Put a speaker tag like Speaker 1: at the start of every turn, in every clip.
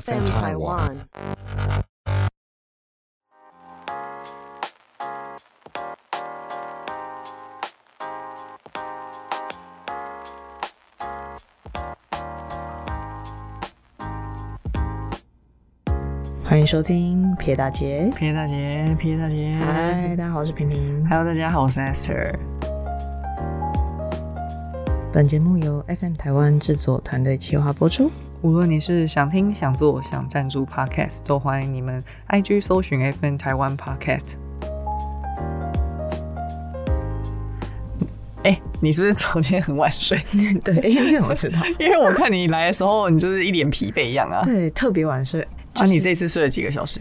Speaker 1: FM Taiwan.
Speaker 2: 欢迎收听撇大姐。
Speaker 3: 皮大姐，皮大姐，
Speaker 2: 嗨，大家好，我是平平。
Speaker 3: ，Hello，大家好，我是 Esther。
Speaker 2: 本节目由 FM 台湾制作团队企划播出。
Speaker 3: 无论你是想听、想做、想赞助 Podcast，都欢迎你们 IG 搜寻 FN 台湾 Podcast。哎、你是不是昨天很 晚睡？
Speaker 2: 对，你怎么知道？
Speaker 3: 因为我看你来的时候，你就是一脸疲惫一样啊。
Speaker 2: 对，特别晚睡。
Speaker 3: 啊，你这次睡了几个小时？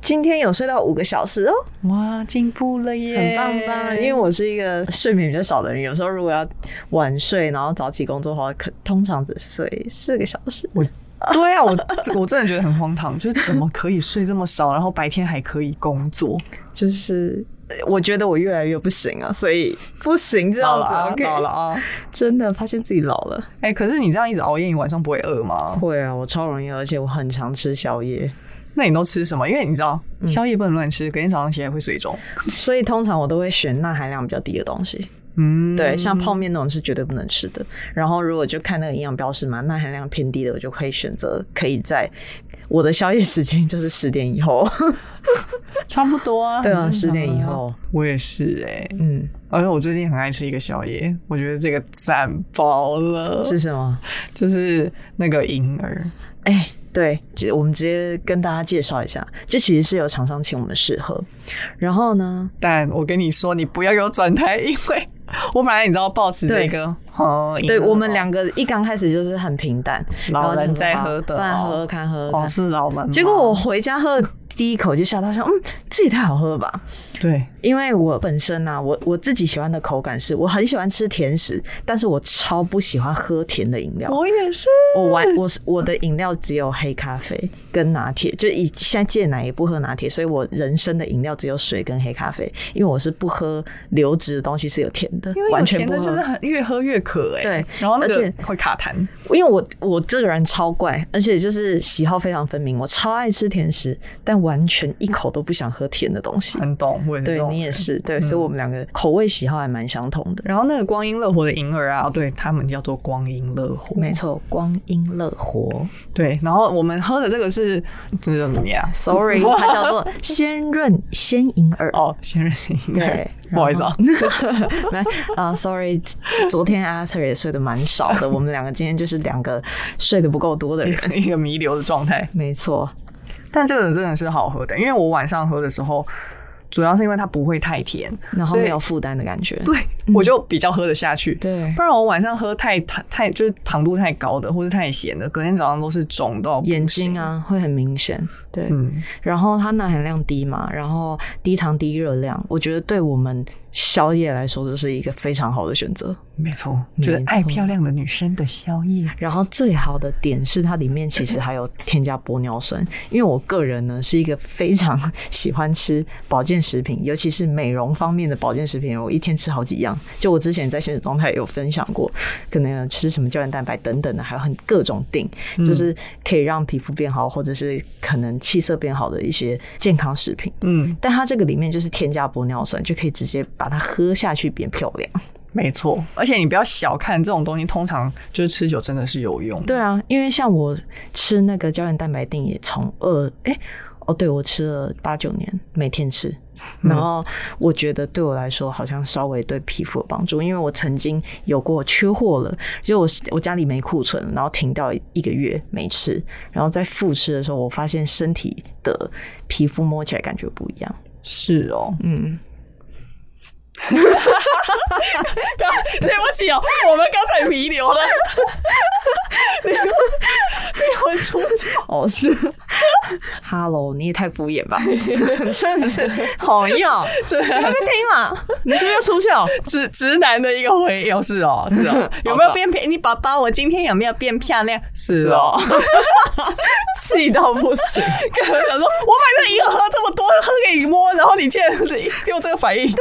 Speaker 2: 今天有睡到五个小时哦，
Speaker 3: 哇，进步了
Speaker 2: 很
Speaker 3: 耶！
Speaker 2: 棒吧？因为我是一个睡眠比较少的人，有时候如果要晚睡，然后早起工作的话，可通常只睡四个小时。我
Speaker 3: 对啊，我我真的觉得很荒唐，就是怎么可以睡这么少，然后白天还可以工 作？
Speaker 2: 就是呃我觉得我越来越不行啊，所以不行这样
Speaker 3: 到
Speaker 2: 子
Speaker 3: 了啊，
Speaker 2: ，OK，
Speaker 3: 到了啊！
Speaker 2: 真的发现自己老了。
Speaker 3: 哎、可是你这样一直熬夜，你晚上不会饿吗？
Speaker 2: 会啊，我超容易，而且我很常吃宵夜。
Speaker 3: 那你都吃什么？因为你知道
Speaker 2: 嗯
Speaker 3: 宵夜不能乱吃，隔天早上起来会水肿。
Speaker 2: 所以通常我都会选钠含量比较低的东西。
Speaker 3: 嗯，
Speaker 2: 对，像泡面那种是绝对不能吃的。然后如果就看那个营养标示嘛，钠含量偏低的，我就可以选择可以在我的宵夜时间就是 十点以
Speaker 3: 哦
Speaker 2: 后。
Speaker 3: 差不多啊。
Speaker 2: 对啊，
Speaker 3: 很正
Speaker 2: 十
Speaker 3: 常
Speaker 2: 点以。后，
Speaker 3: 我也是哎、
Speaker 2: 嗯，
Speaker 3: 而且我最近很爱吃一个宵夜，我觉得这个赞爆了，
Speaker 2: 是什
Speaker 3: 哦
Speaker 2: 么？
Speaker 3: 就是那个银耳，
Speaker 2: 哎、对，直我们直接跟大家介绍一下，这其实是有厂商请我们试喝，然后呢，
Speaker 3: 但我跟你说，你不要给我转台，因为我本来你知道抱持这个哦，银
Speaker 2: 对
Speaker 3: 耳
Speaker 2: 我们两个一刚开始就是很平淡，然后
Speaker 3: 老人
Speaker 2: 就说
Speaker 3: 在
Speaker 2: 好
Speaker 3: 喝的
Speaker 2: 不然
Speaker 3: 哦
Speaker 2: 喝喝看，喝喝
Speaker 3: 哦
Speaker 2: 看。
Speaker 3: 是老人吗，
Speaker 2: 结果我回家喝第一口就吓到，想嗯，这也太好喝了吧！
Speaker 3: 对
Speaker 2: 因为我本身啊，我我自己喜欢的口感是我很喜欢吃甜食，但是我超不喜欢喝甜的饮料。
Speaker 3: 我也是，
Speaker 2: 我玩我是我的饮料只有黑咖啡跟拿铁，就以现在戒奶也不喝拿铁，所以我人生的饮料只有水跟黑咖啡，因为我是不喝流质的东西是有甜的，
Speaker 3: 因为有
Speaker 2: 完全
Speaker 3: 甜
Speaker 2: 不
Speaker 3: 的
Speaker 2: 喝。
Speaker 3: 就是很越喝越渴哎、
Speaker 2: 对
Speaker 3: 然后那
Speaker 2: 而
Speaker 3: 个
Speaker 2: 且
Speaker 3: 会卡痰。
Speaker 2: 因为我我这个人超怪，而且就是喜好非常分明，我超爱吃甜食，但完全一口都不想喝甜的东西。
Speaker 3: 很懂，我也是这
Speaker 2: 对
Speaker 3: 种
Speaker 2: 你也
Speaker 3: 人。
Speaker 2: 是，对，所以我们两个口味喜好还蛮相同的。
Speaker 3: 然后那个光阴乐活的银儿啊，对他们叫做光阴乐活，
Speaker 2: 没错，光阴乐活
Speaker 3: 对。然后我们喝的这个是这叫什么啊呀？
Speaker 2: ，sorry，它叫做鲜润鲜银耳。
Speaker 3: 哦，仙人银
Speaker 2: 对
Speaker 3: 儿，，不好意思啊，
Speaker 2: 然后， 没啊，sorry，昨天阿 Sir 也睡得蛮少的，我们两个今天就是两个睡得不够多 的人。
Speaker 3: 一个弥留的状态。
Speaker 2: 没错，
Speaker 3: 但这个真的是好喝的，因为我晚上喝的时候，主要是因为它不会太甜，
Speaker 2: 然后
Speaker 3: 所以
Speaker 2: 没有负担的感觉。
Speaker 3: 对我就比较喝得下去。
Speaker 2: 对
Speaker 3: 不然我晚上喝太太太就是糖度太高的，或是太咸的，隔天早上都是肿到不
Speaker 2: 眼睛
Speaker 3: 行。
Speaker 2: 啊会很明显。对，
Speaker 3: 嗯，
Speaker 2: 然后它钠含量低嘛，然后低糖低热量，我觉得对我们宵夜来说，这是一个非常好的选择。
Speaker 3: 没错，
Speaker 2: 没
Speaker 3: 就是爱
Speaker 2: 错
Speaker 3: 漂亮的女生的宵夜。
Speaker 2: 然后最好的点是它里面其实还有添加玻尿酸，因为我个人呢是一个非常喜欢吃保健食品，尤其是美容方面的保健食品，我一天吃好几样。就我之前在现实状态有分享过，可能有吃什么胶原蛋白等等啊的，还有很各种定，就是可以让皮肤变好，或者是可能气色变好的一些健康食品。
Speaker 3: 嗯，
Speaker 2: 但它这个里面就是添加玻尿酸，就可以直接把它喝下去变漂亮。
Speaker 3: 没错，而且你不要小看这种东西，通常就是吃久真的是有用的。
Speaker 2: 对啊，因为像我吃那个胶原蛋白锭也从二哎、哦，对我吃了八九年，每天吃。然后我觉得对我来说好像稍微对皮肤有帮助，因为我曾经有过缺货了，就我我家里没库存，然后停掉一个月没吃，然后在复吃的时候，我发现身体的皮肤摸起来感觉不一样。
Speaker 3: 是哦，
Speaker 2: 嗯，
Speaker 3: 对不起哦，我们刚才弥留了，灵魂出窍。
Speaker 2: 哦是 ，Hello，你也太敷 衍吧，真的是好用，真的听啦，你是不是又出糗？
Speaker 3: 直直男的一个回应，哦是哦，是 哦，有没有变漂？你宝宝，我今天有没有变漂亮？是哦，
Speaker 2: 气到不行。
Speaker 3: 跟我想说，我买这一个喝这么多，喝 给你摸，然后你竟然是用这个反应，欸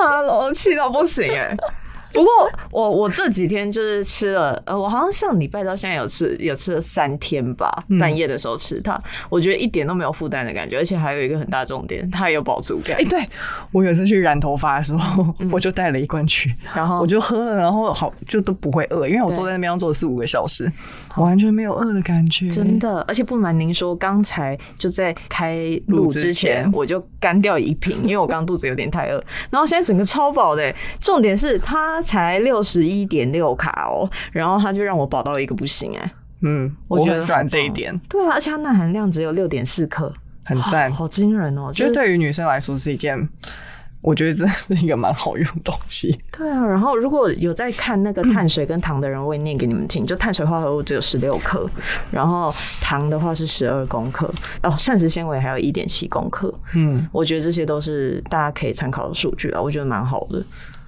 Speaker 2: 哈喽，气到不行哎、哦不过我我这几天就是吃了，呃，我好像上礼拜到现在有吃有吃了三天吧，半夜的时候吃它，我觉得一点都没有负担的感觉，而且还有一个很大重点，它有饱足感嗯
Speaker 3: 哎、。对我有一次去染头发的时候， 我就带了一罐去，
Speaker 2: 然后
Speaker 3: 我就喝了，然后好就都不会饿，因为我坐在那边要坐四五个小时，我完全没有饿的感觉。
Speaker 2: 真的，而且不瞒您说，刚才就在开录之
Speaker 3: 录之
Speaker 2: 前
Speaker 3: 前，
Speaker 2: 我就干掉一瓶，因为我刚肚子有点太饿。然后现在整个超饱的、重点是它才六十一点六卡哦，然后它就让我饱到一个不行哎、
Speaker 3: 嗯，
Speaker 2: 我觉得
Speaker 3: 很喜欢
Speaker 2: 很
Speaker 3: 这一
Speaker 2: 棒
Speaker 3: 点，
Speaker 2: 对啊，而且它钠含量只有六点四克，
Speaker 3: 很赞。
Speaker 2: 好惊人哦！就
Speaker 3: 觉得
Speaker 2: 是
Speaker 3: 对于女生来说是一件，我觉得这是一个蛮好用的东 西。
Speaker 2: 对啊。然后如果有在看那个碳水跟糖的人，我也念给你们听，就碳水化合物只有十六克，然后糖的话是十二公克，哦，膳食纤维还有一点七公克。
Speaker 3: 嗯，
Speaker 2: 我觉得这些都是大家可以参考的数据啊，我觉得蛮好的。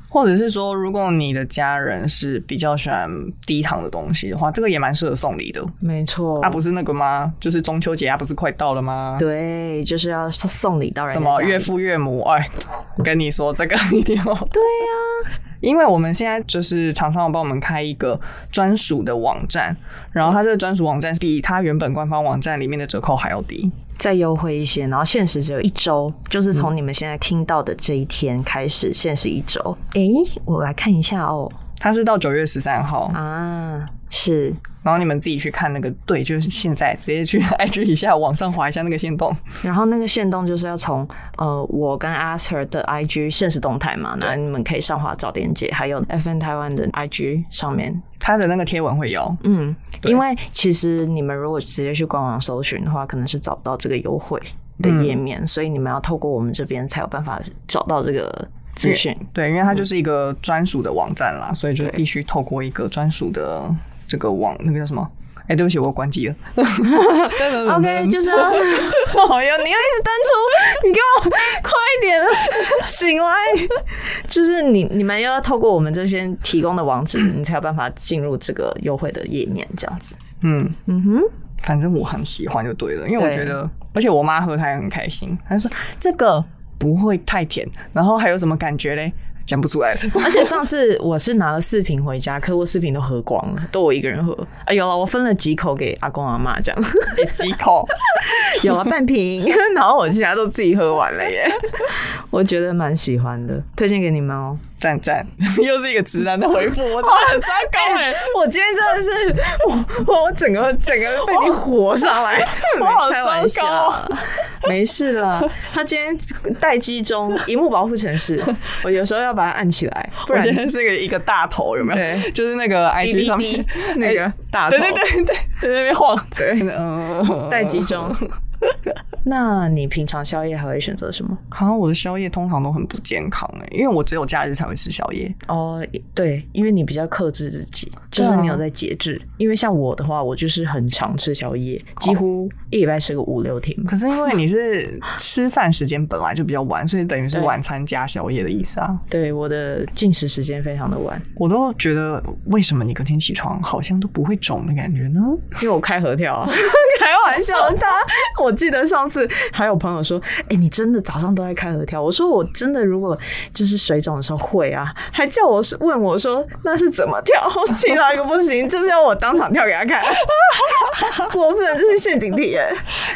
Speaker 3: 或者是说，如果你的家人是比较喜欢低糖的东西的话，这个也蛮适合送礼的。
Speaker 2: 没错
Speaker 3: 啊，不是那个吗？就是中秋节啊，不是快到了吗？
Speaker 2: 对，就是要送礼到人家
Speaker 3: 什么
Speaker 2: 家里
Speaker 3: 岳父岳母？哎，我跟你 说，这个一定要。对呀、
Speaker 2: 啊
Speaker 3: 因为我们现在就是厂商有帮我们开一个专属的网站，然后它这个专属网站比它原本官方网站里面的折扣还要低。
Speaker 2: 再优惠一些，然后限时只有一周，就是从
Speaker 3: 嗯
Speaker 2: 你们现在听到的这一天开始，限时一周。诶，我来看一下哦，
Speaker 3: 它是到九月十三号，
Speaker 2: 啊，是
Speaker 3: 然后你们自己去看那个，对，就是现在直 接去 IG 一下，网上划一下那个线动，
Speaker 2: 然后那个限动就是要从呃我跟阿 Sir 的 IG 现实动态嘛，那你们可以上滑找链接，还有 FN 台湾的 IG 上面。
Speaker 3: 它的那个贴文会有。
Speaker 2: 嗯，
Speaker 3: 对
Speaker 2: 因为其实你们如果直接去官网搜寻的话，可能是找不到这个优惠的页面，所以你们要透过我们这边才有办法找到这个资讯。
Speaker 3: 对，因为它就是一个专属的网站
Speaker 2: 嗯
Speaker 3: 啦，所以就是必须透过一个专属的这个网，那个叫什么？哎、对不起，我关机了。 嗯
Speaker 2: OK，就是要，好哟，你又一直登出，你给我快一点啊 醒来。就是你你们要透过我们这边提供的网址，你才有办法进入这个优惠的页面，这样子。
Speaker 3: 嗯，
Speaker 2: 嗯哼，
Speaker 3: 反正我很喜欢就对了，因为我
Speaker 2: 对
Speaker 3: 觉得，而且我妈喝她也很开心，她说这个不会太甜，然后还有什么感觉嘞？讲不出 来了。
Speaker 2: 而且上次我是拿了四瓶回家，可我四瓶都喝光了，都我一个人喝。啊，有了，我分了几口给阿公阿妈这样。
Speaker 3: 几口，
Speaker 2: 有了半 瓶，然后我其他都自己喝完了耶。我觉得蛮喜欢的，推荐给你们哦。
Speaker 3: 赞赞， 又是一个直男的回复，我真的很糟糕哎、
Speaker 2: 我今天真的是，我我我整个整个被你火上来，
Speaker 3: 我好
Speaker 2: 开玩
Speaker 3: 糟糕
Speaker 2: 笑，啊没事啦。他今天待机中，荧幕保护城市，我有时候要把它按起来，不
Speaker 3: 我
Speaker 2: 然
Speaker 3: 今天是个一个大头，有没有？
Speaker 2: 对
Speaker 3: 就是那个 IG 上面哎
Speaker 2: 滴 那个大头
Speaker 3: 对对对对，在那边晃，对，嗯，
Speaker 2: 待机 中。那你平常宵夜还会选择什么？
Speaker 3: 好像我的宵夜通常都很不健康哎、因为我只有假日才会吃宵夜。
Speaker 2: 哦，对，因为你比较克制自己，就是
Speaker 3: 对啊
Speaker 2: 你有在节制。因为像我的话，我就是很常吃宵夜，几
Speaker 3: 哦
Speaker 2: 乎一礼拜吃个五六天吧。
Speaker 3: 可是因为你是吃饭时间本来就比较晚，所以等于是
Speaker 2: 对
Speaker 3: 晚餐加宵夜的意思啊。
Speaker 2: 对，我的进食时间非常的晚，
Speaker 3: 我都觉得为什么你隔天起床好像都不会肿的感觉呢？
Speaker 2: 因为我开合跳啊， 开玩笑。他，我记得上次还有朋友说：“哎、你真的早上都在开合跳？”我说：“我真的，如果就是水肿的时候会啊。”还叫我是问我说：“那是怎么跳？” 我气到一个不行，就是要我当场跳给他看。 过分，这是陷阱题耶、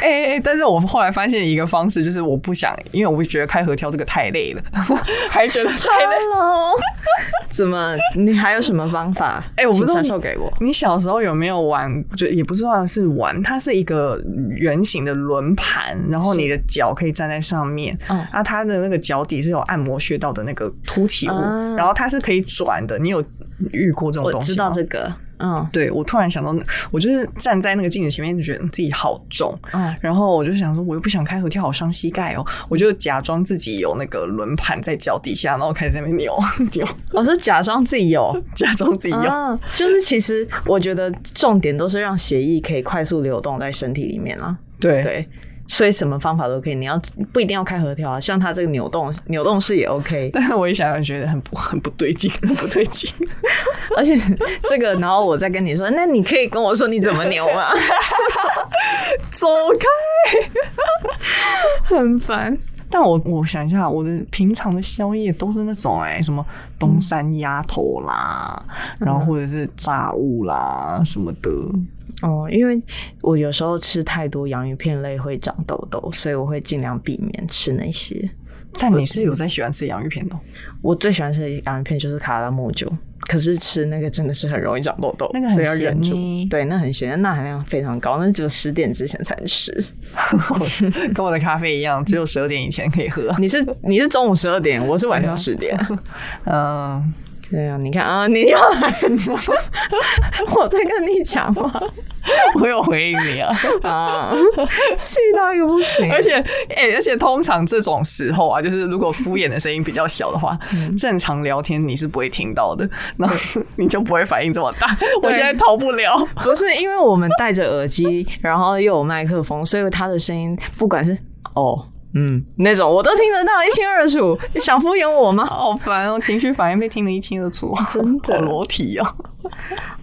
Speaker 3: 哎、哎哎但是我后来发现一个方式，就是我不想，因为我觉得开合跳这个太累了， 还觉得 太累。
Speaker 2: Hello，怎么？你还有什么方法？
Speaker 3: 哎我不知道
Speaker 2: 请
Speaker 3: 你
Speaker 2: 传授给我。
Speaker 3: 你小时候有没有玩？就也不是算是玩，它是一个圆形的轮盘，然后你的脚可以站在上面。
Speaker 2: 嗯
Speaker 3: 啊，它的那个脚底是有按摩穴道的那个凸起物，
Speaker 2: 啊
Speaker 3: 然后它是可以转的。你有遇过这种
Speaker 2: 我
Speaker 3: 东西
Speaker 2: 知道
Speaker 3: 吗
Speaker 2: 这个，嗯
Speaker 3: 对我突然想到，我就是站在那个镜子前面，就觉得自己好重，
Speaker 2: 嗯
Speaker 3: 然后我就想说，我又不想开合跳，好伤膝盖哦，我就假装自己有那个轮盘在脚底下，然后开始在那边扭 扭，
Speaker 2: 我是假装自己有。
Speaker 3: 假装自己有。
Speaker 2: 啊，就是其实我觉得重点都是让血液可以快速流动在身体里面啦。
Speaker 3: 对
Speaker 2: 对，所以什么方法都可以，你要不一定要开合跳啊，像他这个扭动扭动式也 OK。
Speaker 3: 但是我一想想觉得很不很不对劲，很不对劲。
Speaker 2: 而且这个，然后我再跟你说，那你可以跟我说你怎么扭啊 吗？
Speaker 3: 走开，很烦。但我我想一下，我的平常的宵夜都是那种哎、什么东山鸭头啦，然后或者是炸物啦什么的。
Speaker 2: 哦，因为我有时候吃太多洋芋片类会长痘痘，所以我会尽量避免吃那些。
Speaker 3: 但你是有在喜欢吃洋芋片的哦，
Speaker 2: 我最喜欢吃的洋芋片就是卡拉木酒，可是吃那个真的是很容易长痘痘，
Speaker 3: 那个很
Speaker 2: 所以要忍住
Speaker 3: 咸呢。
Speaker 2: 对，那很咸，钠含量非常高，那只有十点之前才能吃。
Speaker 3: 跟我的咖啡一样，只有十二点以前可以喝。
Speaker 2: 你是你是中午十二点，我是晚上十点。
Speaker 3: 哎嗯，
Speaker 2: 对啊，你看啊，你又来， 我在跟你讲话
Speaker 3: 我有回应你啊。
Speaker 2: 啊，气到一个不行。
Speaker 3: 而且，哎、而且通常这种时候啊，就是如果敷衍的声音比较小的话，正常聊天你是不会听到的，然后 你就不会反应这么大。我
Speaker 2: 对
Speaker 3: 现在逃不了，
Speaker 2: 不是因为我们戴着耳机，然后又有麦克风，所以他的声音不管是哦。嗯，那种我都听得到一清二楚，想敷衍我 吗？
Speaker 3: 好烦哦！情绪反应被听得一清二 楚，
Speaker 2: 真的
Speaker 3: 好裸体哦。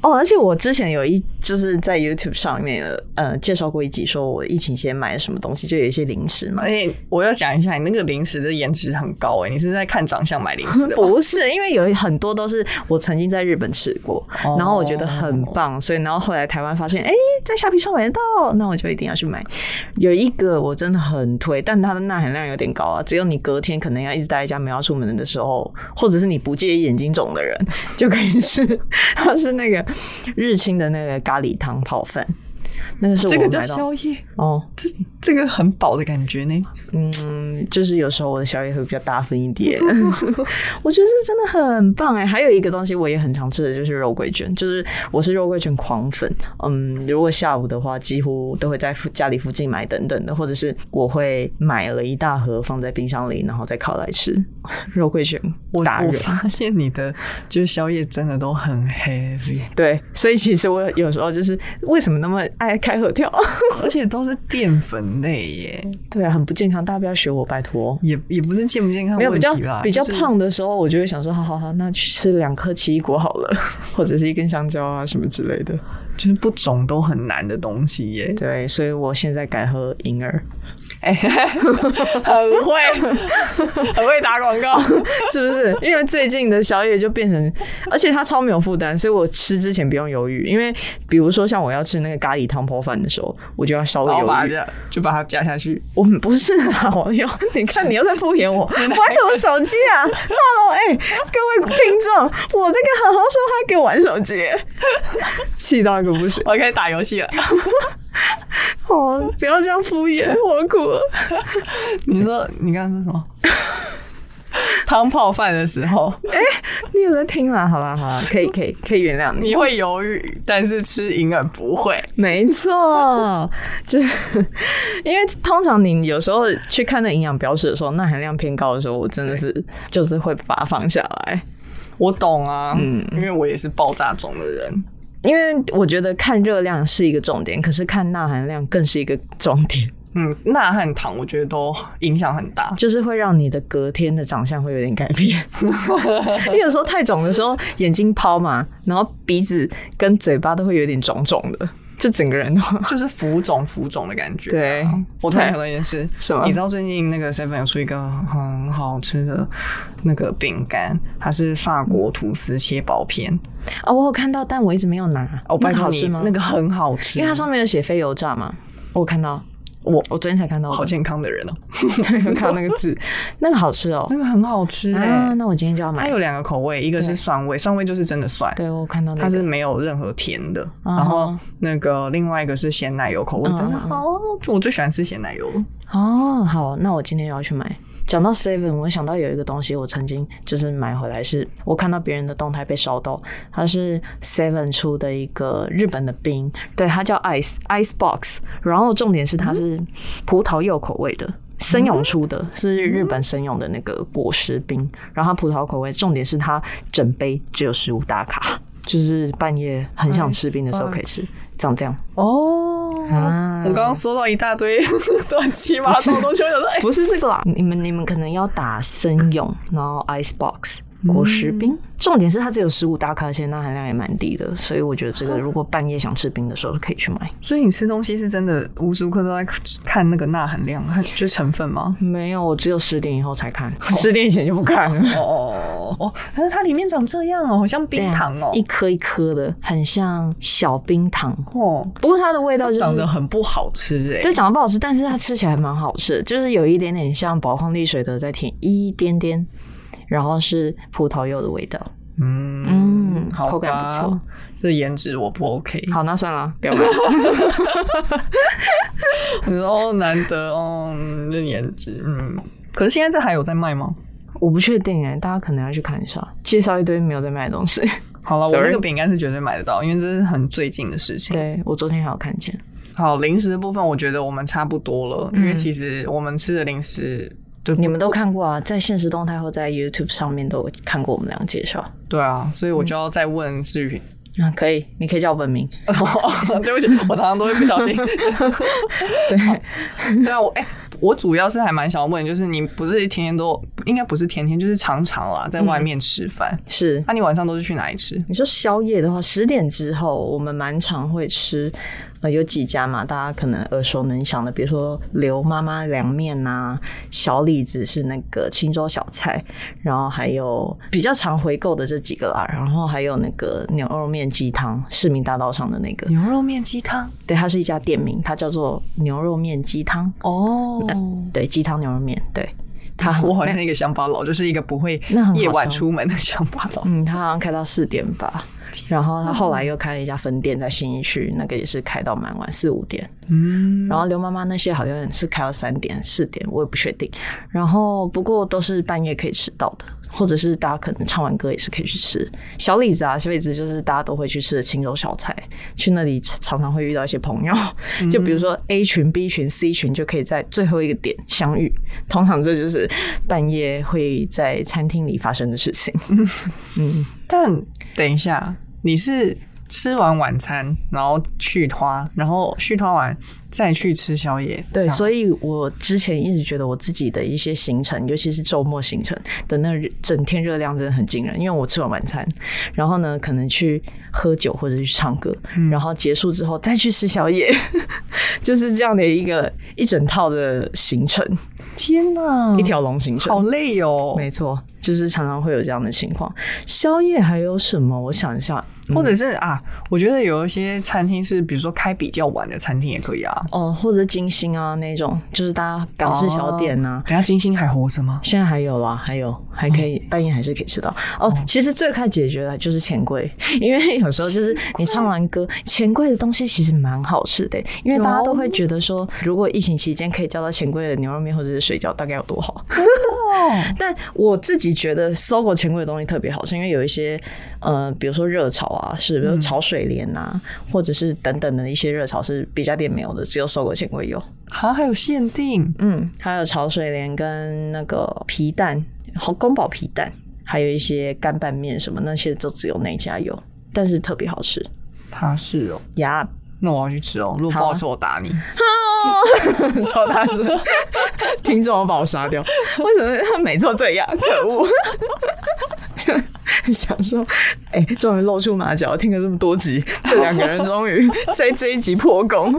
Speaker 2: 哦，而且我之前有一就是在 YouTube 上面呃介绍过一集，说我疫情期间买了什么东西，就有一些零食嘛
Speaker 3: 而。且哎我要讲一下，你那个零食的颜值很高哎、你是在看长相买零食的吧？
Speaker 2: 不是，因为有很多都是我曾经在日本吃过，
Speaker 3: 哦
Speaker 2: 然后我觉得很棒，所以然后后来台湾发现，哎、在虾皮上买得到，那我就一定要去买。有一个我真的很推，但它的钠含量有点高啊，只有你隔天可能要一直待在家没有要出门的时候，或者是你不介意眼睛肿的人就可以吃。 它是那个日清的那个咖喱汤泡饭，那个是我
Speaker 3: 这
Speaker 2: 买
Speaker 3: 个叫
Speaker 2: 到
Speaker 3: 宵夜，
Speaker 2: 哦，
Speaker 3: 这这个很饱的感觉 呢。
Speaker 2: 嗯，就是有时候我的宵夜会比较大份一 点， 我觉得这真的很棒哎、还有一个东西我也很常吃的就是肉桂卷，就是我是肉桂卷狂粉。嗯，如果下午的话，几乎都会在附家里附近买等等的，或者是我会买了一大盒放在冰箱里，然后再烤来吃。 肉桂卷
Speaker 3: 我
Speaker 2: 达
Speaker 3: 我
Speaker 2: 人，
Speaker 3: 发现你的就是宵夜真的都很 heavy，
Speaker 2: 对，所以其实我有时候就是为什么那么爱开合跳？
Speaker 3: 而且都是淀粉类耶。
Speaker 2: 对啊，很不健康，大家不要学我，拜托。哦
Speaker 3: 也也不是健不健康
Speaker 2: 没有
Speaker 3: 问
Speaker 2: 比较
Speaker 3: 题啦，
Speaker 2: 比较
Speaker 3: 就是
Speaker 2: 胖的时候，我就会想说，好好好，那去吃两颗奇异果好了， 或者是一根香蕉啊什么之类的。
Speaker 3: 就是不肿都很难的东西 耶。
Speaker 2: 对，所以我现在改喝银耳，
Speaker 3: 哎，很会，很会打广告。
Speaker 2: 是不是？因为最近的宵夜就变成，而且它超没有负担，所以我吃之前不用犹豫。因为比如说像我要吃那个咖喱汤泡饭的时候，我就要稍微
Speaker 3: 然后把它
Speaker 2: 犹豫。
Speaker 3: 这样就把它加下去，
Speaker 2: 我们不是啊，网友，你看你又在敷衍 我，玩什么手机啊？Hello，哎、各位听众，我在跟好好说话，给我玩手机， 气到一个不行。
Speaker 3: 我可以打游戏了。
Speaker 2: 哦，不要这样敷衍， 我苦了。
Speaker 3: 你说你刚刚说什么？ 汤泡饭的时候，
Speaker 2: 哎你有在听啦？好啦好 啦，可以可以可以原谅你。
Speaker 3: 你会犹豫，但是吃银耳不会。
Speaker 2: 没错， 就是因为通常你有时候去看那营养标识的时候，钠含量偏高的时候，我真的是就是会把它放下来，
Speaker 3: 我懂啊，
Speaker 2: 嗯
Speaker 3: 因为我也是爆炸种的人。
Speaker 2: 因为我觉得看热量是一个重点，可是看钠含量更是一个重点，
Speaker 3: 嗯，钠和糖我觉得都影响很大。
Speaker 2: 就是会让你的隔天的长相会有点改变。 你有时候太肿的时候，眼睛抛嘛，然后鼻子跟嘴巴都会有点肿肿的，就整个人都
Speaker 3: 就是浮肿浮肿的感觉。啊
Speaker 2: 对
Speaker 3: 我突然想到一件事，
Speaker 2: 什么
Speaker 3: 你知道最近那个 seven 有出一个很好吃的那个饼干，它是法
Speaker 2: 嗯
Speaker 3: 国吐司切薄片。
Speaker 2: 哦，我有看到，但我一直没有拿。
Speaker 3: 哦，拜
Speaker 2: 那个
Speaker 3: 托
Speaker 2: 好
Speaker 3: 你
Speaker 2: 吃吗？
Speaker 3: 那个很好吃，
Speaker 2: 因为它上面有写非油炸嘛，我有看到，我我昨天才看到的，
Speaker 3: 好健康的人哦、
Speaker 2: 对，有看到那个字，那个好吃哦
Speaker 3: 那。个很好吃哎、
Speaker 2: 啊，那我今天就要
Speaker 3: 它
Speaker 2: 买。
Speaker 3: 有两个口味，一个是
Speaker 2: 对
Speaker 3: 蒜味，蒜味就是真的蒜。
Speaker 2: 对，我有看到那
Speaker 3: 它
Speaker 2: 个
Speaker 3: 是没有任何甜的，
Speaker 2: 嗯
Speaker 3: 然后那个另外一个是咸奶油口味，
Speaker 2: 嗯
Speaker 3: 真的
Speaker 2: 嗯嗯
Speaker 3: 好好吃，我最喜欢吃咸奶油了。
Speaker 2: 哦，好，那我今天要去买。讲到 Seven，我想到有一个东西，我曾经就是买回来是，我看到别人的动态被烧到，它是 Seven 出的一个日本的冰，对，它叫 Ice Ice Box，然后重点是它是葡萄柚口味的。生勇出的是日本生勇的那个果实冰，然后它葡萄口味，重点是它整杯只有十五大卡，就是半夜很想吃冰的时候可以吃，像这样。
Speaker 3: 哦，
Speaker 2: 啊
Speaker 3: 我刚刚收到一大堆 乱七
Speaker 2: 啊
Speaker 3: 八糟的东西，我想说，哎，
Speaker 2: 不是这个啦，你们你们可能要打森永，然后 Ice Box，果实冰。重点是它只有十五大卡，而且钠含量也蛮低的，所以我觉得这个如果半夜想吃冰的时候可以去买。
Speaker 3: 所以你吃东西是真的无时无刻都在看那个钠含量，看就是成分吗？
Speaker 2: 没有，我只有十点以后才看，十点以前就不看了。
Speaker 3: 哦哦哦，可是它里面长这样哦，好像冰糖
Speaker 2: 对
Speaker 3: 哦
Speaker 2: 啊，一颗一颗的，很像小冰糖。
Speaker 3: 哦，
Speaker 2: 不过它的味道就是
Speaker 3: 长得很不好吃哎、
Speaker 2: 对，长得不好吃，但是它吃起来蛮好吃，就是有一点点像宝矿力水的在甜，一点点，然后是葡萄柚的味道，
Speaker 3: 嗯
Speaker 2: 嗯，
Speaker 3: 好吧
Speaker 2: 口感不 错。
Speaker 3: 这颜值我不 OK。
Speaker 2: 好，那算了，不要买。
Speaker 3: 哦，难得哦，嗯这颜值，嗯。可是现在这还有在卖吗？
Speaker 2: 我不确定哎，大家可能要去看一下，介绍一堆没有在卖的东 西。
Speaker 3: 好了，我
Speaker 2: Sorry
Speaker 3: 那个饼干是绝对买得到，因为这是很最近的事情。
Speaker 2: 对我昨天还有看见，
Speaker 3: 好，零食的部分我觉得我们差不多了，因为
Speaker 2: 嗯
Speaker 3: 其实我们吃的零食，对
Speaker 2: 你们都看过啊，在现实动态或在 YouTube 上面都有看过我们俩介绍。
Speaker 3: 对啊，所以我就要再问思雨。
Speaker 2: 啊，可以，你可以叫我本 名。
Speaker 3: 哦 对不起，我常常都会不小 心。
Speaker 2: 对，
Speaker 3: 对啊，我哎、我主要是还蛮想问，就是你不是天天都，应该不是天天，就是常常啦，在外面吃饭。
Speaker 2: 是
Speaker 3: 那、你晚上都是去哪里吃？
Speaker 2: 你说宵夜的话，十点之后我们蛮常会吃，呃，有几家嘛，大家可能耳熟能详的，比如说刘妈妈凉面呐、小李子是那个青州小菜，然后还有比较常回购的这几个啦，然后还有那个牛肉面鸡汤，市民大道上的那个，
Speaker 3: 牛肉面鸡汤
Speaker 2: 对，它是一家店名，它叫做牛肉面鸡汤，
Speaker 3: 哦。
Speaker 2: 对，鸡汤牛肉面，对，它
Speaker 3: 我好
Speaker 2: 没有
Speaker 3: 像一个乡巴佬，就是一个不会
Speaker 2: 那很好
Speaker 3: 夜晚
Speaker 2: 笑
Speaker 3: 出门的乡巴佬。
Speaker 2: 嗯，他好像开到四点吧，然后他后来又开了一家分店在新一区，那个也是开到蛮晚，四五点。
Speaker 3: 嗯，
Speaker 2: 然后刘妈妈那些好像是开到三点、四点，我也不确定。然后不过都是半夜可以吃到的，或者是大家可能唱完歌也是可以去吃小李子啊，小李子就是大家都会去吃的青州小菜，去那里常常会遇到一些朋友，就比如说 A 群、B 群、C 群就可以在最后一个点相遇，通常这就是半夜会在餐厅里发生的事情。
Speaker 3: 但等一下，你是吃完晚餐，然后续花，然后续花完再去吃宵夜，
Speaker 2: 对，
Speaker 3: 以
Speaker 2: 所以我之前一直觉得我自己的一些行程，尤其是周末行程的那日整天热量真的很惊人，因为我吃完晚餐，然后呢可能去喝酒或者去唱歌，
Speaker 3: 嗯
Speaker 2: 然后结束之后再去吃宵夜， 就是这样的一个一整套的行程，
Speaker 3: 天哪，
Speaker 2: 一条龙行程，
Speaker 3: 嗯好累哦。
Speaker 2: 没错，就是常常会有这样的情况。宵夜还有什么？我想一下，嗯
Speaker 3: 或者是啊，我觉得有一些餐厅是，比如说开比较晚的餐厅也可以啊。
Speaker 2: 哦，或者金星啊那种，就是大家港式
Speaker 3: 哦
Speaker 2: 小点啊，
Speaker 3: 等一下金星还活着吗？
Speaker 2: 现在还有啦，还有还可以、半夜还是可以吃到哦。其实最快解决的就是钱柜， 因为有时候就是你唱完歌，钱柜的东西其实蛮好吃的，因为大家都会觉得说，如果疫情期间可以叫到钱柜的牛肉面或者是水饺，大概有多好。
Speaker 3: 哦，
Speaker 2: 但我自己觉得搜狗钱柜的东西特别好吃，因为有一些呃，比如说热炒啊，是比如炒水莲啊，或者是等等的一些热炒是别家店没有的，只有搜狗钱柜有。
Speaker 3: 好，还有限定
Speaker 2: 嗯，还有潮水莲跟那个皮蛋，好宫保皮蛋，还有一些干拌面什么那些，都只有那家有，但是特别好吃
Speaker 3: 它是哦，
Speaker 2: 呀。
Speaker 3: 那我要去吃哦。如果不好
Speaker 2: 啊
Speaker 3: 吃，我打你。
Speaker 2: 超大声，听众要把我杀掉，为什么他每次都这样？可恶！ 想说，哎、终于露出马脚，听了这么多集，这两个人终于 在这一集破功。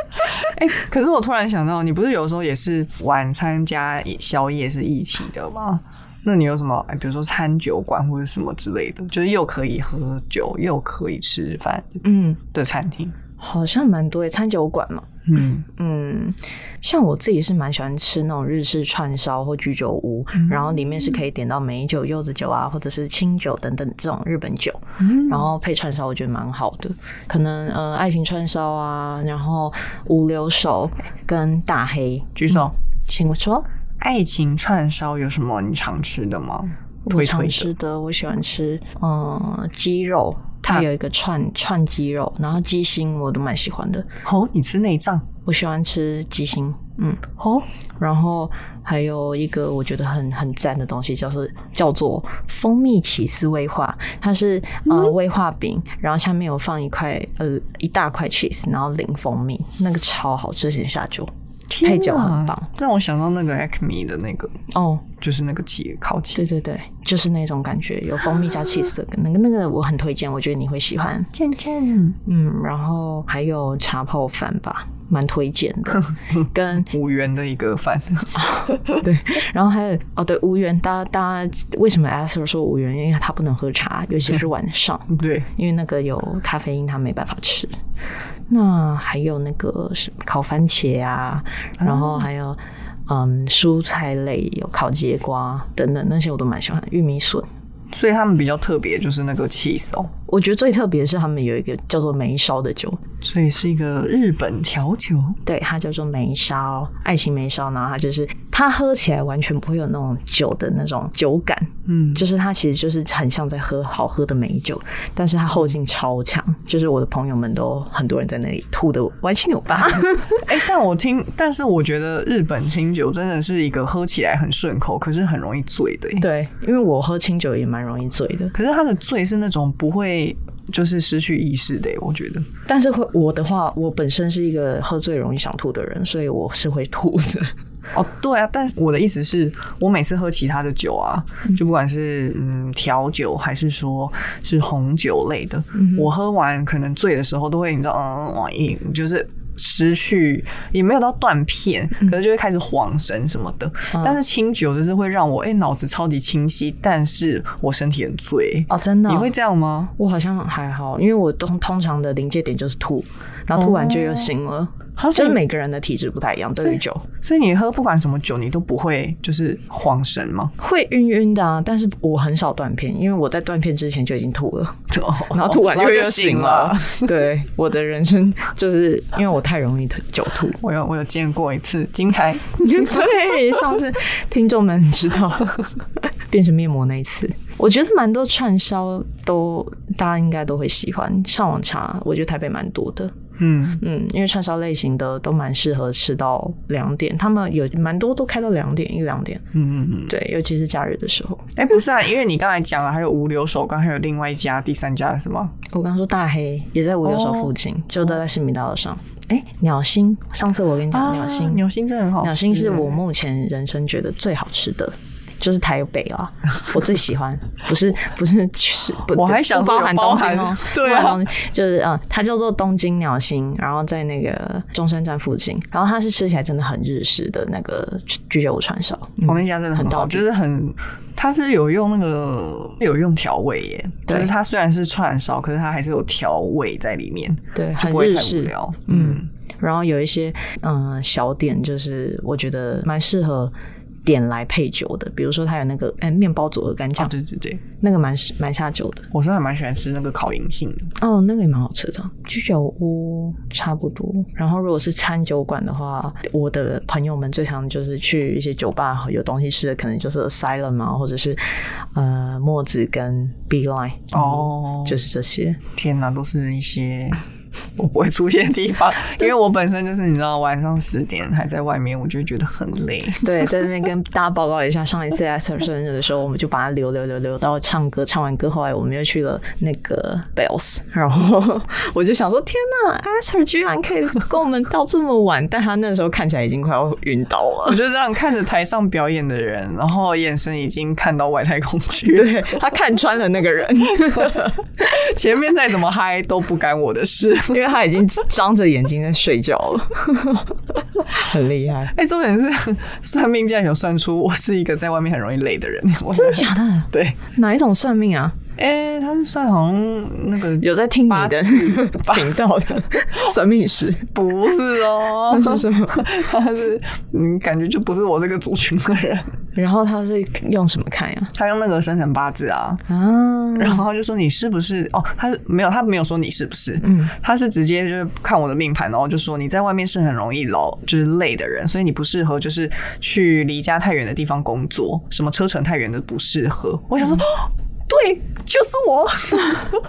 Speaker 3: 哎、可是我突然想到，你不是有时候也是晚餐加宵夜是一起的吗？那你有什么，哎比如说餐酒馆或者什么之类的，就是又可以喝酒又可以吃饭
Speaker 2: 嗯，
Speaker 3: 的餐厅？
Speaker 2: 好像蛮多耶，餐酒馆嘛。
Speaker 3: 嗯，
Speaker 2: 嗯，像我自己是蛮喜欢吃那种日式串烧或居酒屋，然后里面是可以点到美酒、柚子酒啊，或者是清酒等等这种日本酒，然后配串烧，我觉得蛮好的。可能呃，爱情串烧啊，然后五留手跟大黑，
Speaker 3: 举手。
Speaker 2: 请我说，
Speaker 3: 爱情串烧有什么你常吃的吗？
Speaker 2: 我
Speaker 3: 推
Speaker 2: 常
Speaker 3: 推
Speaker 2: 吃
Speaker 3: 的
Speaker 2: 的我喜欢吃，嗯，鸡肉，它
Speaker 3: 啊
Speaker 2: 有一个串、串鸡肉，然后鸡心我都蛮喜欢的，
Speaker 3: 哦，你吃内脏
Speaker 2: 我喜欢吃鸡心，嗯。
Speaker 3: 哦，
Speaker 2: 然后还有一个我觉得很很赞的东西，叫做叫做蜂蜜起司威化，它是
Speaker 3: 嗯
Speaker 2: 呃威化饼，然后下面有放一块呃一大块 cheese，然后淋蜂蜜，那个超好吃，先下酒。配酒很
Speaker 3: 天啊
Speaker 2: 棒，
Speaker 3: 让我想到那个 Acme 的那个，
Speaker 2: 哦。
Speaker 3: 就是那个企烤鸡。
Speaker 2: 对对对，就是那种感觉，有蜂蜜加 cheese 的那个那个我很推荐，我觉得你会喜欢。
Speaker 3: 健健
Speaker 2: 嗯，然后还有茶泡饭吧，蛮推荐的。跟
Speaker 3: 五元的一个饭，
Speaker 2: 对，然后还有哦，对，无缘，大家大家为什么 a s t e r 说无缘？因为他不能喝茶，尤其是晚上，
Speaker 3: 对，
Speaker 2: 因为那个有咖啡因，他没办法吃。那还有那个是烤番茄啊，然后还有。嗯，蔬菜类有烤节瓜等等那些我都蛮喜欢，玉米笋。
Speaker 3: 所以他们比较特别，就是那个 cheese 哦，
Speaker 2: 我觉得最特别的是他们有一个叫做梅烧的酒，
Speaker 3: 所以是一个日本调酒。
Speaker 2: 对，它叫做梅烧，爱情梅烧，然后它就是它喝起来完全不会有那种酒的那种酒感，
Speaker 3: 嗯，
Speaker 2: 就是它其实就是很像在喝好喝的美酒，但是它后劲超强，就是我的朋友们都很多人在那里吐的歪七扭 八，
Speaker 3: 哎、但我听，但是我觉得日本清酒真的是一个喝起来很顺口，可是很容易醉的、欸。
Speaker 2: 对，因为我喝清酒也蛮容易醉的，
Speaker 3: 可是它的醉是那种不会就是失去意识的、欸，我觉得。
Speaker 2: 但是会我的话，我本身是一个喝醉容易想吐的人，所以我是会吐的。
Speaker 3: 哦，对啊，但是我的意思是，我每次喝其他的酒啊，就不管是嗯调酒还是说是红酒类的，
Speaker 2: 嗯
Speaker 3: 我喝完可能醉的时候都会，你知道，嗯，往一就是。失去也没有到断片，
Speaker 2: 嗯
Speaker 3: 可是就会开始晃神什么的。但是清酒就是会让我哎脑、子超级清晰，但是我身体很醉。
Speaker 2: 哦，真
Speaker 3: 你会这样吗？
Speaker 2: 我好像还好，因为我通通常的临界点就是吐，然后吐完就又醒了。
Speaker 3: 好
Speaker 2: 就
Speaker 3: 像
Speaker 2: 是每个人的体质不太一样，对于酒
Speaker 3: 所以你喝不管什么酒，你都不会就是晃神吗？
Speaker 2: 会晕晕的啊，但是我很少断片，因为我在断片之前就已经吐 了，然后吐完
Speaker 3: 然后
Speaker 2: 又
Speaker 3: 就
Speaker 2: 醒
Speaker 3: 醒了。
Speaker 2: 对，我的人生就是因为我太容易吐酒吐。
Speaker 3: 我有我有见过一次，精彩。
Speaker 2: 对，上次听众们知 道变成面膜那一次，我觉得蛮多串烧都大家应该都会喜欢，上网查，我觉得台北蛮多的。
Speaker 3: 嗯，
Speaker 2: 嗯，因为串烧类型的都蛮适合吃到两点，他们有蛮多都开到两点一两点，
Speaker 3: 嗯嗯嗯，
Speaker 2: 对，尤其是假日的时候。
Speaker 3: 哎、不是啊，因为你刚才讲了，还有无留守刚，还有另外一家、第三家是吗？
Speaker 2: 我刚说大黑也在五柳手附近，就都在市民大道上。哎、鸟心，上次我跟你讲啊鸟心，
Speaker 3: 鸟心真的很好吃，
Speaker 2: 鸟心是我目前人生觉得最好吃的。就是台北啦，我最喜欢，不是不是是， 不
Speaker 3: 嗯我还想
Speaker 2: 不
Speaker 3: 说
Speaker 2: 包
Speaker 3: 有
Speaker 2: 含
Speaker 3: 包
Speaker 2: 东京
Speaker 3: 含
Speaker 2: 哦、
Speaker 3: 对
Speaker 2: 不
Speaker 3: 啊
Speaker 2: 含东京就是嗯，它叫做东京鸟心，然后在那个中山站附近，然后它是吃起来真的很日式的那个居酒屋串烧，嗯
Speaker 3: 我那家真的很
Speaker 2: 很
Speaker 3: 好，
Speaker 2: 到底
Speaker 3: 就是很，它是有用那个有用调味耶，
Speaker 2: 对
Speaker 3: 就是它虽然是串烧，可是它还是有调味在里面，
Speaker 2: 对，
Speaker 3: 就
Speaker 2: 很
Speaker 3: 不会
Speaker 2: 日
Speaker 3: 太无
Speaker 2: 式，
Speaker 3: 聊。嗯，
Speaker 2: 然后有一些嗯、呃小点，就是我觉得蛮适合点来配酒的，比如说它有那个哎面包组合干
Speaker 3: 啊
Speaker 2: 酱，
Speaker 3: 对对对，
Speaker 2: 那个蛮蛮下酒的。
Speaker 3: 我是还蛮喜欢吃那个烤银杏的。
Speaker 2: 哦，那个也蛮好吃的，居酒屋差不多。然后如果是餐酒馆的话，我的朋友们最常就是去一些酒吧有东西吃的，可能就是 Silent 啊，或者是呃墨子跟 B Line
Speaker 3: 哦
Speaker 2: 就是这些。
Speaker 3: 天哪，都是一些 我不会出现的地方，因为我本身就是你知道，晚上十点还在外面，我就会觉得很累。
Speaker 2: 对，在这边跟大家报告一下，上一次 S 生日的时候，我们就把它留留留留到唱歌，唱完歌后来我们又去了那个 Bells，然后我就想说，天呐 s e r 居然可以跟我们到这么晚，但他那时候看起来已经快要晕倒
Speaker 3: 我
Speaker 2: 了。
Speaker 3: 就这样看着台上表演的人，然后眼神已经看到外太空去了。
Speaker 2: 对 他看穿了那个 人，
Speaker 3: 前面再怎么嗨都不干我的事。
Speaker 2: 因为他已经张着眼睛在睡觉了， 很厉害，
Speaker 3: 哎、重点是算命竟然有算出我是一个在外面很容易累的人。我
Speaker 2: 真的假的？
Speaker 3: 对，
Speaker 2: 哪一种算命啊？
Speaker 3: 哎、他是算好像那个
Speaker 2: 有在听你的 频道的算命师？
Speaker 3: 不是 哦，
Speaker 2: 那是什么？
Speaker 3: 他是嗯，感觉就不是我这个族群的人。
Speaker 2: 然后他是用什么看呀、
Speaker 3: 他用那个生辰八字啊，
Speaker 2: 啊，
Speaker 3: 然后他就说你是不是哦？他是没有，他没有说你是不是，
Speaker 2: 嗯，
Speaker 3: 他是直接就是看我的命盘，然后就说你在外面是很容易劳就是累的人，所以你不适合就是去离家太远的地方工作，什么车程太远的不适合。我
Speaker 2: 嗯
Speaker 3: 想说，哦 对，就是我，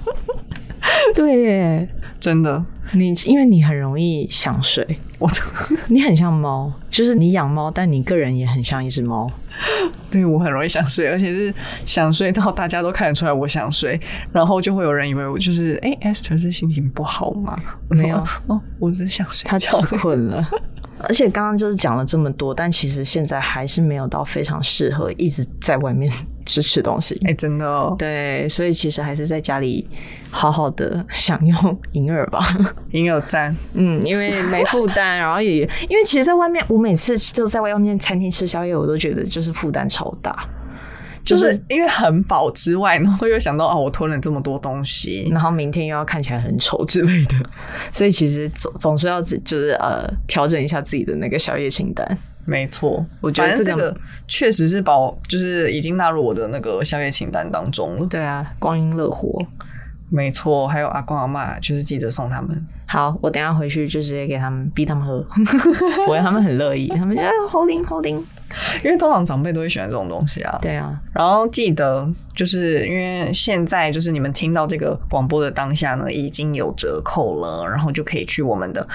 Speaker 2: 对耶，
Speaker 3: 真的，
Speaker 2: 你因为你很容易想睡，
Speaker 3: 我真的
Speaker 2: 你很像猫，就是你养猫，但你个人也很像一只猫。
Speaker 3: 对我很容易想睡，而且是想睡到大家都看得出来我想睡，然后就会有人以为我就是哎、e s t h e r 是心情不好吗？我说
Speaker 2: 没有
Speaker 3: 哦，我只是想睡
Speaker 2: 它
Speaker 3: 觉
Speaker 2: 吃。困了， 而且刚刚就是讲了这么多，但其实现在还是没有到非常适合一直在外面 吃吃东西。
Speaker 3: 哎、真的、哦，
Speaker 2: 对，所以其实还是在家里好好的享用 银耳吧。
Speaker 3: 也有赞，
Speaker 2: 嗯，因为没负担，然后也因为其实，在外面我每次就在外面餐厅吃宵夜，我都觉得就是负担超大，
Speaker 3: 就
Speaker 2: 就是
Speaker 3: 是因为很饱之外，然后又想到哦，我吞了这么多东西，
Speaker 2: 然后明天又要看起来很丑之类的，所以其实总总是要自就是呃调整一下自己的那个宵夜清单。
Speaker 3: 没错，
Speaker 2: 我觉得
Speaker 3: 反正
Speaker 2: 这
Speaker 3: 这
Speaker 2: 个
Speaker 3: 个确实是饱，就是已经纳入我的那个宵夜清单当中了。
Speaker 2: 对啊，光阴乐活。
Speaker 3: 没错，还有阿公阿妈，就是记得送他们。
Speaker 2: 好，我等一下回去就直接给他们逼他们 喝，我他们很乐 意，他们就哎好灵好灵。
Speaker 3: 因为通常长辈都会喜欢这种东西啊。
Speaker 2: 对 啊，
Speaker 3: 然后记得，就是因为现在就是你们听到这个广播的当下呢，已经有折扣了，然后就可以去我们的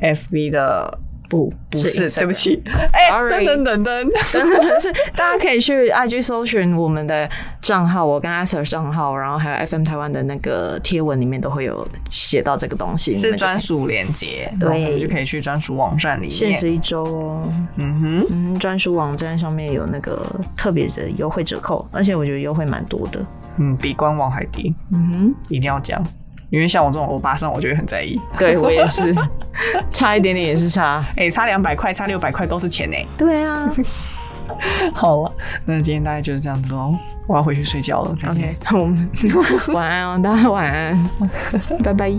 Speaker 3: FB 的。
Speaker 2: 不
Speaker 3: 不是，对不，起，哎、
Speaker 2: Sorry
Speaker 3: 等等等等，
Speaker 2: 真的是大家可以去 IG 搜寻我们的账号，我跟 a s e r 账号，然后还有 FM 台湾的那个贴文里面都会有写到这个东西，你
Speaker 3: 是
Speaker 2: 们就可以
Speaker 3: 专属链接，
Speaker 2: 对
Speaker 3: 然后你就可以去专属网站里
Speaker 2: 限
Speaker 3: 面。
Speaker 2: 时一周哦。
Speaker 3: 嗯哼，
Speaker 2: 嗯，专属网站上面有那个特别的优惠折扣，而且我觉得优惠蛮多的。
Speaker 3: 嗯，比官网还低，
Speaker 2: 嗯
Speaker 3: 一定要讲，因为像我这种欧巴桑，我就会很在意。
Speaker 2: 哼，对我也是， 差一点点也是差。
Speaker 3: 哎、差两百块，差六百块都是钱呢、
Speaker 2: 对啊
Speaker 3: 好了，那今天大概就是这样子喽，我 要回去睡觉了，再见。
Speaker 2: ，OK，我们晚安哦，大家晚安，拜拜。